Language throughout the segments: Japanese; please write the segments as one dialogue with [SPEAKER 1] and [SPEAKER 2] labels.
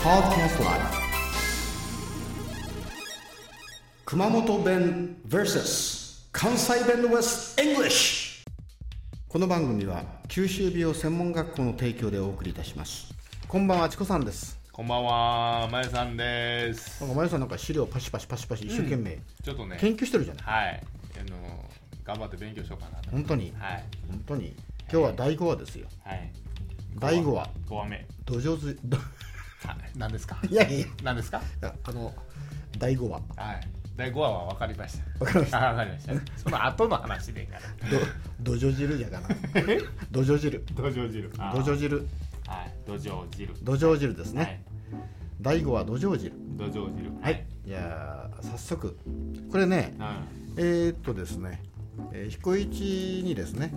[SPEAKER 1] Podcast Live 熊本弁 vs 関西弁 vs English この番組は九州美容専門学校の提供でお送りいたしますこんばんはチコさんです
[SPEAKER 2] こんばんは、まゆさんです。
[SPEAKER 1] なんか前田さんなんか資料パシパシパシパシ一生懸命
[SPEAKER 2] ちょっとね、
[SPEAKER 1] 研究してるじゃない、
[SPEAKER 2] はい、あの頑張って勉強しようかなと。
[SPEAKER 1] 本当に
[SPEAKER 2] はい、
[SPEAKER 1] 本当に今日は第5話ですよ
[SPEAKER 2] はい。
[SPEAKER 1] 第5話
[SPEAKER 2] 五話目。
[SPEAKER 1] 土壌ずど
[SPEAKER 2] あ何ですか
[SPEAKER 1] いやいやい
[SPEAKER 2] 何ですか
[SPEAKER 1] やあの第5話
[SPEAKER 2] はい。第五話は分かりました。分かりました。分かりました。その後の話でいいから。
[SPEAKER 1] ど土壌汁やかな土壌汁
[SPEAKER 2] 土壌汁。土
[SPEAKER 1] 土壌。汁
[SPEAKER 2] はい、土壌汁。
[SPEAKER 1] 土壌汁ですね、
[SPEAKER 2] はい。
[SPEAKER 1] 第5話土壌汁
[SPEAKER 2] 土壌汁。
[SPEAKER 1] はい、い、。やー早速これね
[SPEAKER 2] うん。
[SPEAKER 1] えー、っとですね、えー彦一にですね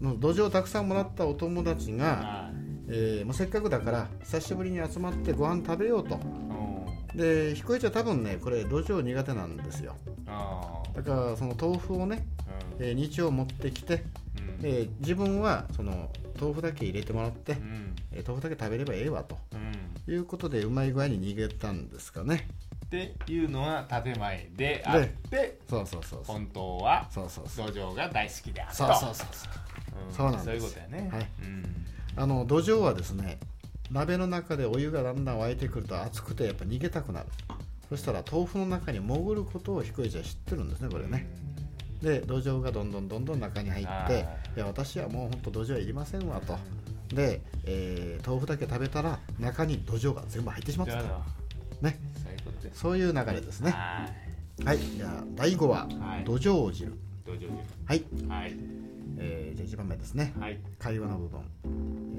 [SPEAKER 2] うん。
[SPEAKER 1] の土壌をたくさんもらったお友達が、
[SPEAKER 2] はい。
[SPEAKER 1] えーまあ、せっかくだから久しぶりに集まってご飯食べようと
[SPEAKER 2] うん。
[SPEAKER 1] で彦一は多分ねこれ土壌苦手なんですよ
[SPEAKER 2] あ
[SPEAKER 1] だからその豆腐をね、
[SPEAKER 2] あ。
[SPEAKER 1] えー、日曜持ってきて、
[SPEAKER 2] うん。うん。
[SPEAKER 1] えー自分はその豆腐だけ入れてもらって、
[SPEAKER 2] うん。
[SPEAKER 1] えー豆腐だけ食べればええわと
[SPEAKER 2] うん。
[SPEAKER 1] いうことでうまい具合に逃げたんですかね
[SPEAKER 2] っていうのは建前であって、
[SPEAKER 1] そうそうそうそう
[SPEAKER 2] 本当は
[SPEAKER 1] そうそうそう
[SPEAKER 2] 土壌が大好きであると
[SPEAKER 1] そうそうそうそう
[SPEAKER 2] うん
[SPEAKER 1] そうなんです
[SPEAKER 2] そういうことやね、
[SPEAKER 1] はい
[SPEAKER 2] うん
[SPEAKER 1] あの土壌はですね鍋の中でお湯がだんだん沸いてくると熱くてやっぱ逃げたくなるそしたら豆腐の中に潜ることを彦一は知ってるんですねこれねで土壌がどんどんどんどん中に入っ
[SPEAKER 2] あ
[SPEAKER 1] て
[SPEAKER 2] ー
[SPEAKER 1] いや私はもうほんと土壌はいりませんわとで、えー豆腐だけ食べたら中に土壌が全部入ってしまっ
[SPEAKER 2] じ
[SPEAKER 1] て
[SPEAKER 2] ゃ
[SPEAKER 1] た
[SPEAKER 2] あ
[SPEAKER 1] ね
[SPEAKER 2] そういうことです
[SPEAKER 1] そういう流れですね
[SPEAKER 2] はい
[SPEAKER 1] はいじゃあ第5話
[SPEAKER 2] はい
[SPEAKER 1] 土壌汁
[SPEAKER 2] 土壌
[SPEAKER 1] はい、
[SPEAKER 2] 汁はい
[SPEAKER 1] えーじゃあ1番目ですね
[SPEAKER 2] はい
[SPEAKER 1] 会話の部分、え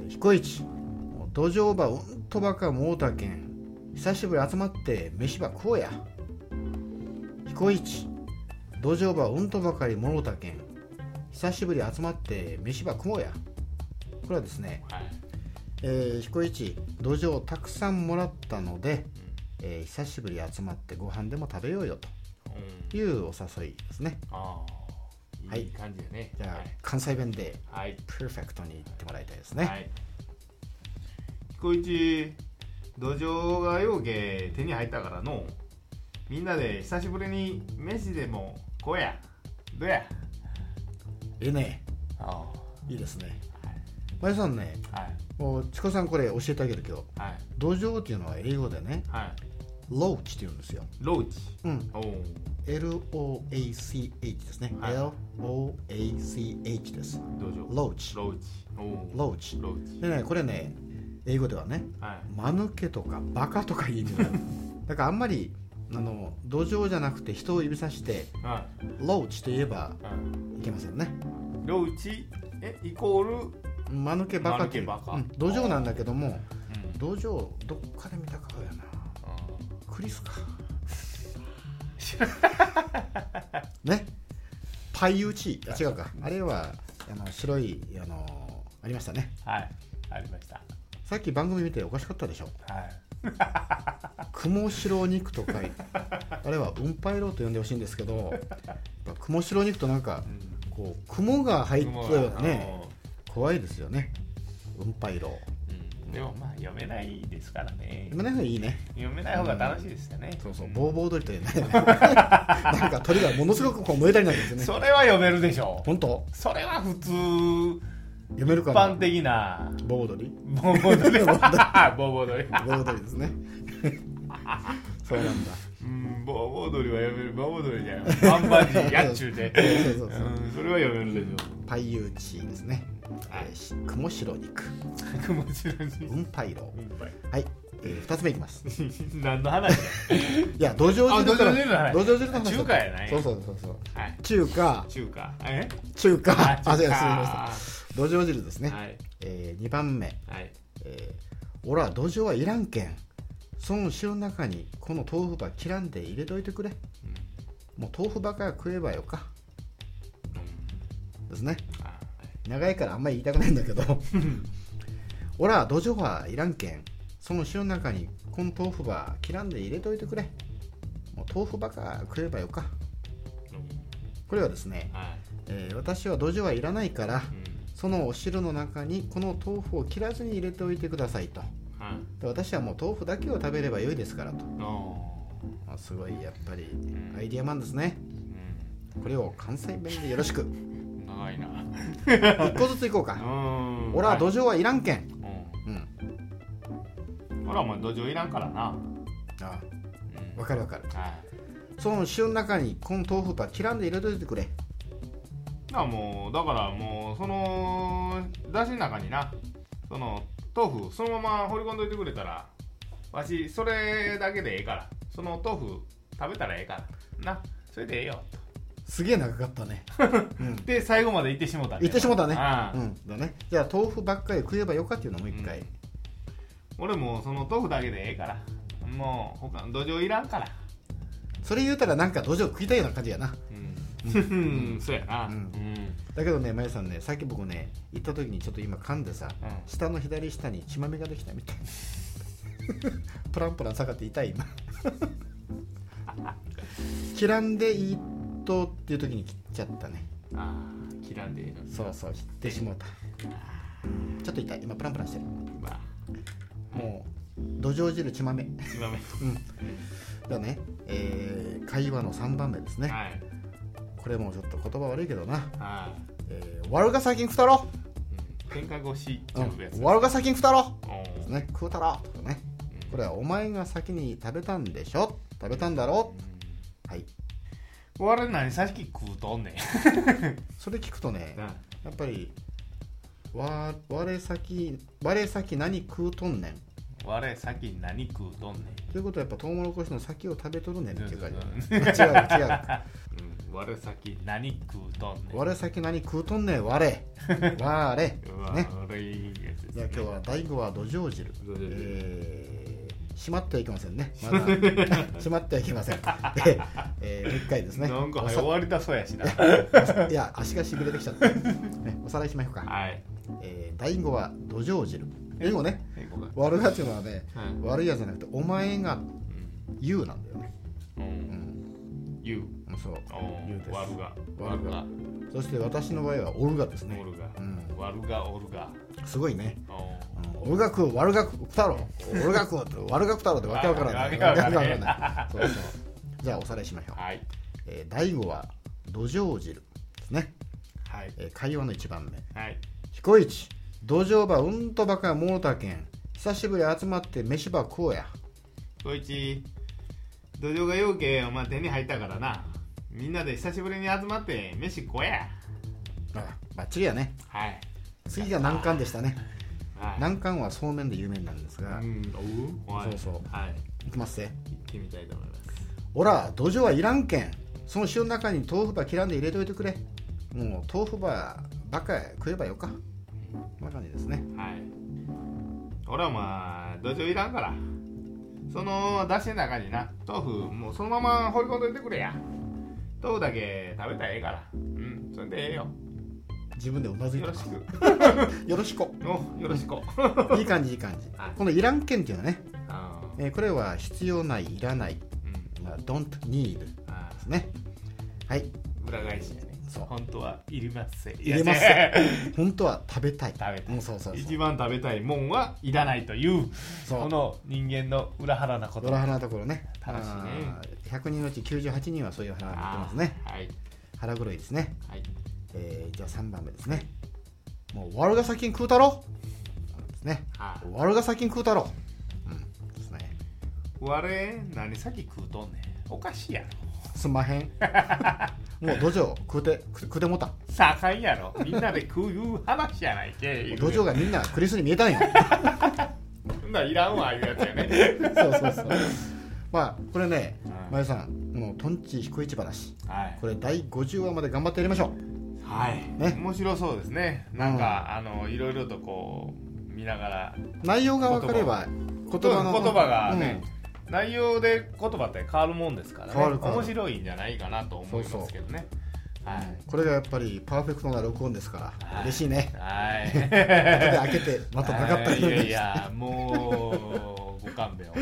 [SPEAKER 1] ー彦一もう土壌ばうんとばかもうたけん久しぶり集まって飯ば食おうや彦一土壌ばうんとばかりもろうたけん久しぶり集まって飯ば食おうやこれはですね、
[SPEAKER 2] はい
[SPEAKER 1] えー彦一土壌をたくさんもらったので、えー久しぶり集まってご飯でも食べようよ
[SPEAKER 2] うん
[SPEAKER 1] というお誘いですね
[SPEAKER 2] あ
[SPEAKER 1] は
[SPEAKER 2] あ
[SPEAKER 1] い
[SPEAKER 2] いい感じだね
[SPEAKER 1] じゃあ、関西弁で
[SPEAKER 2] はいはい
[SPEAKER 1] パーフェクトに言ってもらいたいですね、
[SPEAKER 2] はい彦一土壌がようけ手に入ったからのみんなで久しぶりに飯でもこうやどうや
[SPEAKER 1] いいね
[SPEAKER 2] ああはい
[SPEAKER 1] いですねまゆさんね
[SPEAKER 2] はい
[SPEAKER 1] もうチコさんこれ教えてあげるけど
[SPEAKER 2] はい
[SPEAKER 1] 土壌っていうのは英語でね
[SPEAKER 2] はい
[SPEAKER 1] ローチって言うんですよ
[SPEAKER 2] ローチ
[SPEAKER 1] うん
[SPEAKER 2] おお
[SPEAKER 1] LOACH ですね、
[SPEAKER 2] はい
[SPEAKER 1] LOACH です
[SPEAKER 2] どうぞ
[SPEAKER 1] ローチ
[SPEAKER 2] ローチおー
[SPEAKER 1] ローチ
[SPEAKER 2] ローチ
[SPEAKER 1] でねこれね英語ではね
[SPEAKER 2] はい
[SPEAKER 1] 間抜けとかバカとか言うん じゃないだからあんまりあの土壌じゃなくて人を指さして
[SPEAKER 2] は
[SPEAKER 1] ローチって言えば
[SPEAKER 2] いはい
[SPEAKER 1] いけませんね
[SPEAKER 2] ローチえイコール、うん、
[SPEAKER 1] 間抜けバカっていう
[SPEAKER 2] 間抜けバカ
[SPEAKER 1] うん土壌なんだけども土壌どっかで見た顔やなクリスか ねパイ打ちあ違うかあれはあの白いあのありましたね
[SPEAKER 2] はいありました
[SPEAKER 1] さっき番組見ておかしかったでしょ
[SPEAKER 2] はい
[SPEAKER 1] 雲白肉とかいあれはうんぱいろうと呼んでほしいんですけどやっぱ雲白肉となんか
[SPEAKER 2] うん
[SPEAKER 1] こう雲が入って
[SPEAKER 2] 雲
[SPEAKER 1] るよ
[SPEAKER 2] が
[SPEAKER 1] ね怖いですよねうんぱいろ
[SPEAKER 2] あのーうんでもまあ読めないですからね
[SPEAKER 1] う今ねいいね
[SPEAKER 2] 読めない方が楽しいですよね、
[SPEAKER 1] そうそう
[SPEAKER 2] うん
[SPEAKER 1] ボーボー鳥というね なんか鳥がものすごくこう燃えたりなんですよね
[SPEAKER 2] それは読めるでしょ
[SPEAKER 1] 本当
[SPEAKER 2] それは普通
[SPEAKER 1] 読める
[SPEAKER 2] 一
[SPEAKER 1] かな
[SPEAKER 2] 般的な
[SPEAKER 1] ボードリ
[SPEAKER 2] ボーボードリボ ーボードリ
[SPEAKER 1] ボードリ ですねそうなんだ
[SPEAKER 2] うん、ボボードリはやめる、ボボードリじゃない。バンバンジー、やっちゅうで。
[SPEAKER 1] そうそうそう
[SPEAKER 2] うん、それはやめるでしょ
[SPEAKER 1] パイユーチーですね
[SPEAKER 2] はい
[SPEAKER 1] えーし雲白肉
[SPEAKER 2] う。もちろんし。
[SPEAKER 1] うんパイロはい、えー、2つ目いきます
[SPEAKER 2] 何の話
[SPEAKER 1] いや土壌汁か
[SPEAKER 2] あ土壌汁の
[SPEAKER 1] ら
[SPEAKER 2] 話
[SPEAKER 1] 土壌汁の話
[SPEAKER 2] 中華やない
[SPEAKER 1] そうそうそうそう
[SPEAKER 2] だはい。
[SPEAKER 1] 中華
[SPEAKER 2] 中華。え
[SPEAKER 1] 中華
[SPEAKER 2] あ
[SPEAKER 1] あ違う失
[SPEAKER 2] 中華
[SPEAKER 1] 礼しました土壌汁ですね、
[SPEAKER 2] はい。
[SPEAKER 1] えー、2番目
[SPEAKER 2] はい。
[SPEAKER 1] えー、俺は土壌はいらんけんその後ろの中にこの豆腐ば切らんで入れといてくれ
[SPEAKER 2] うん
[SPEAKER 1] もう豆腐ばか食えばよかですね
[SPEAKER 2] あ
[SPEAKER 1] 長いからあんまり言いたくないんだけど俺は土壌はいらんけんその後ろの中にこの豆腐ば切らんで入れといてくれもう豆腐ばか食えばよかこれはですね、
[SPEAKER 2] はい。
[SPEAKER 1] えー私は土壌はいらないから
[SPEAKER 2] うん
[SPEAKER 1] そのお汁の中にこの豆腐を切らずに入れておいてくださいと
[SPEAKER 2] はい。うん
[SPEAKER 1] で私はもう豆腐だけを食べればよいですからと、
[SPEAKER 2] お
[SPEAKER 1] まあ、すごいやっぱり
[SPEAKER 2] ん
[SPEAKER 1] アイデアマンですね
[SPEAKER 2] ーう
[SPEAKER 1] これを関西弁でよろしく
[SPEAKER 2] ん長いな
[SPEAKER 1] 一個ずついこうか
[SPEAKER 2] うん
[SPEAKER 1] 俺 は土
[SPEAKER 2] う
[SPEAKER 1] 壌はいらんけん
[SPEAKER 2] ん
[SPEAKER 1] うん
[SPEAKER 2] 俺はもう土壌いらんからな
[SPEAKER 1] あ
[SPEAKER 2] うん
[SPEAKER 1] あわかるわかる
[SPEAKER 2] は
[SPEAKER 1] その塩の中にこの豆腐ば切らんで入れといてくれ
[SPEAKER 2] いだからもうだからもうそのだしの中になその豆腐そのまま放り込んどいてくれたらわしそれだけでええからその豆腐食べたらええからなそれでええよ
[SPEAKER 1] すげえ長かったね、うん、
[SPEAKER 2] で最後まで行ってしもた
[SPEAKER 1] 言ってしもたね
[SPEAKER 2] ああ
[SPEAKER 1] うんだねじゃあ豆腐ばっかり食えばよかっていうのもう一回、
[SPEAKER 2] う俺もうその豆腐だけでええからもう他の土壌いらんから
[SPEAKER 1] それ言うたらなんか土壌食いたいような感じやな
[SPEAKER 2] うん、 そうやな。
[SPEAKER 1] う
[SPEAKER 2] うんん。
[SPEAKER 1] だけどねまゆさんねさっき僕ね行った時にちょっと今噛んでさ
[SPEAKER 2] う
[SPEAKER 1] 下の左下に血まみができたみたい プランプラン下がって痛い今 切らんでいいとっていう時に切っちゃったね
[SPEAKER 2] ん。ああ、切らんでええのに
[SPEAKER 1] そうそう切ってしもうたちょっと痛い今プランプランしてる
[SPEAKER 2] ま あ、
[SPEAKER 1] もう土壌汁血まめ
[SPEAKER 2] 一番
[SPEAKER 1] だね、えー会話の3番目です
[SPEAKER 2] 目。
[SPEAKER 1] ね
[SPEAKER 2] はい。
[SPEAKER 1] これもちょっと言葉悪いけどな、
[SPEAKER 2] は
[SPEAKER 1] えー、悪が先に食ったろ、
[SPEAKER 2] い。喧嘩腰って
[SPEAKER 1] う
[SPEAKER 2] 呼ぶやつ。
[SPEAKER 1] ん、悪が先に食ったろ、
[SPEAKER 2] おー
[SPEAKER 1] ね、食うたろとかねこれはお前が先に食べたんでしょ食べたんだろ
[SPEAKER 2] う
[SPEAKER 1] はい
[SPEAKER 2] ん俺何さっき食うとんねん。
[SPEAKER 1] それ聞くとね
[SPEAKER 2] うん
[SPEAKER 1] やっぱりわ我先我先何食うとんねん
[SPEAKER 2] 我さっき何食うとんねん。
[SPEAKER 1] ということはやっぱトウモロコシの先を食べとるねんっていう感
[SPEAKER 2] うん
[SPEAKER 1] じ違う違う
[SPEAKER 2] うん我さっき何食うとんねん。
[SPEAKER 1] 我先何食うとんねん我我ね
[SPEAKER 2] うわ悪いやつです
[SPEAKER 1] じゃあ
[SPEAKER 2] ね。
[SPEAKER 1] 今日は第5話土壌汁
[SPEAKER 2] 土壌汁
[SPEAKER 1] えー閉まってはいけません ねまだ閉まってはいけま せんで、えーもう一回ですね
[SPEAKER 2] なん
[SPEAKER 1] お
[SPEAKER 2] か早
[SPEAKER 1] さ
[SPEAKER 2] 終わりだそう やしな。
[SPEAKER 1] いや足がしびれてきちゃった、ね、おさらいしましょうか、
[SPEAKER 2] はい。
[SPEAKER 1] えー第5話土壌汁英語ね
[SPEAKER 2] はいごめん
[SPEAKER 1] 悪がっていうのはね
[SPEAKER 2] うん
[SPEAKER 1] 悪いやつじゃなくてお前が言うなんだよね
[SPEAKER 2] う。
[SPEAKER 1] うんん
[SPEAKER 2] 言う。
[SPEAKER 1] そう言うです
[SPEAKER 2] ワルガ
[SPEAKER 1] ワルガそして私の場合はオルガですね
[SPEAKER 2] オルガ
[SPEAKER 1] うん
[SPEAKER 2] ワルガオルガ
[SPEAKER 1] すごいね
[SPEAKER 2] お
[SPEAKER 1] うん俺が食う、悪が食った ろ、俺が食うって、悪が食ったろってわけわからない。
[SPEAKER 2] わけわからん
[SPEAKER 1] わけわからんそうそう。じゃあおさらいしましょう。
[SPEAKER 2] はい
[SPEAKER 1] えー第5話、土壌汁ですね。
[SPEAKER 2] はい
[SPEAKER 1] えー会話の1番目。
[SPEAKER 2] はい
[SPEAKER 1] 彦一、土壌ばうんとばかもうたけん。久しぶり集まって飯ば食おうや。
[SPEAKER 2] こいち土壌がようけお前手に入ったからなみんなで久しぶりに集まって飯食おや
[SPEAKER 1] あ、バッチリやね。
[SPEAKER 2] はい
[SPEAKER 1] 次が難関でしたね。
[SPEAKER 2] はい
[SPEAKER 1] 難関はそうめんで有名なんですが
[SPEAKER 2] う、んおうはい
[SPEAKER 1] そうそう
[SPEAKER 2] はい
[SPEAKER 1] いきますぜ。
[SPEAKER 2] 行ってみたいと思います
[SPEAKER 1] ほら、土壌はいらんけん。その塩の中に豆腐ば切らんで入れといてくれ。もう豆腐ばばっか食えばよか。こんな感じですね。
[SPEAKER 2] はい俺はまあ土壌いらんからそのだしの中にな豆腐もうそのまま放り込んどいてくれや豆腐だけ食べたらええからうんそれでええよ
[SPEAKER 1] 自分でうなずい
[SPEAKER 2] よ
[SPEAKER 1] た
[SPEAKER 2] ろ
[SPEAKER 1] な
[SPEAKER 2] し く
[SPEAKER 1] よろしく。
[SPEAKER 2] およろしく。
[SPEAKER 1] いい感じ、いい感じ
[SPEAKER 2] はい。
[SPEAKER 1] このいらんけんっていうのはね、
[SPEAKER 2] あー
[SPEAKER 1] えーこれは必要ない、いらない、
[SPEAKER 2] うん
[SPEAKER 1] まあ don't need で
[SPEAKER 2] あ
[SPEAKER 1] すね。はい、
[SPEAKER 2] ー裏返しやね。
[SPEAKER 1] そう
[SPEAKER 2] 本当はいりません。
[SPEAKER 1] いりませ ん。本当は食べたい。
[SPEAKER 2] 食べたい
[SPEAKER 1] うん、そうそうそ
[SPEAKER 2] 一
[SPEAKER 1] う。
[SPEAKER 2] 番食べたいもんはいらないという
[SPEAKER 1] そ
[SPEAKER 2] こ
[SPEAKER 1] う。
[SPEAKER 2] の人間の裏腹なこと。
[SPEAKER 1] ドラハラなところね。
[SPEAKER 2] 正しいね
[SPEAKER 1] あー100人のうち98人はそういう腹が立ってますね。
[SPEAKER 2] あーはい
[SPEAKER 1] 腹黒いですね。
[SPEAKER 2] はい。
[SPEAKER 1] えーじゃあ3番目ですねもう悪が先に食うたろですね
[SPEAKER 2] あー
[SPEAKER 1] 悪が先に食うたろうんですね
[SPEAKER 2] 我何さっき食うとんねん。おかしいやろ。
[SPEAKER 1] すんま へんもう土壌食うて食うてもうた
[SPEAKER 2] さかんやろ。みんなで食う話やないけ。
[SPEAKER 1] 土壌がみんなクリスに見えたんよ
[SPEAKER 2] そんなんいらんわいうやつやね。
[SPEAKER 1] そうそうそうまあこれね
[SPEAKER 2] うん
[SPEAKER 1] まゆさんもうとんち低い市話
[SPEAKER 2] はい
[SPEAKER 1] これ第50話まで頑張ってやりましょう
[SPEAKER 2] はい。
[SPEAKER 1] ね
[SPEAKER 2] 面白そうですね。なんかあのいろいろとこう見ながら
[SPEAKER 1] 内容が分かれば言葉の
[SPEAKER 2] 言葉がね、内容で言葉って変わるもんですからね
[SPEAKER 1] 変わる変わる
[SPEAKER 2] 面白いんじゃないかなと思いますけどねはい
[SPEAKER 1] うんこれがやっぱりパーフェクトな録音ですから嬉しいね後
[SPEAKER 2] はい
[SPEAKER 1] で開けてまたなかった
[SPEAKER 2] は
[SPEAKER 1] り
[SPEAKER 2] いい
[SPEAKER 1] なんか
[SPEAKER 2] や
[SPEAKER 1] して
[SPEAKER 2] いやもうご勘弁を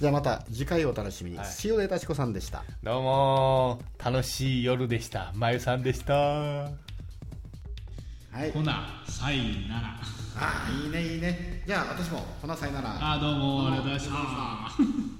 [SPEAKER 1] じゃあまた次回をお楽しみに、
[SPEAKER 2] はい
[SPEAKER 1] 塩出達子さんでした
[SPEAKER 2] どうも楽しい夜でしたまゆさんでした
[SPEAKER 1] はい
[SPEAKER 2] ほなさいなら
[SPEAKER 1] ああいいねいいねじゃあ私もほなさいなら
[SPEAKER 2] あどうもありがとうございました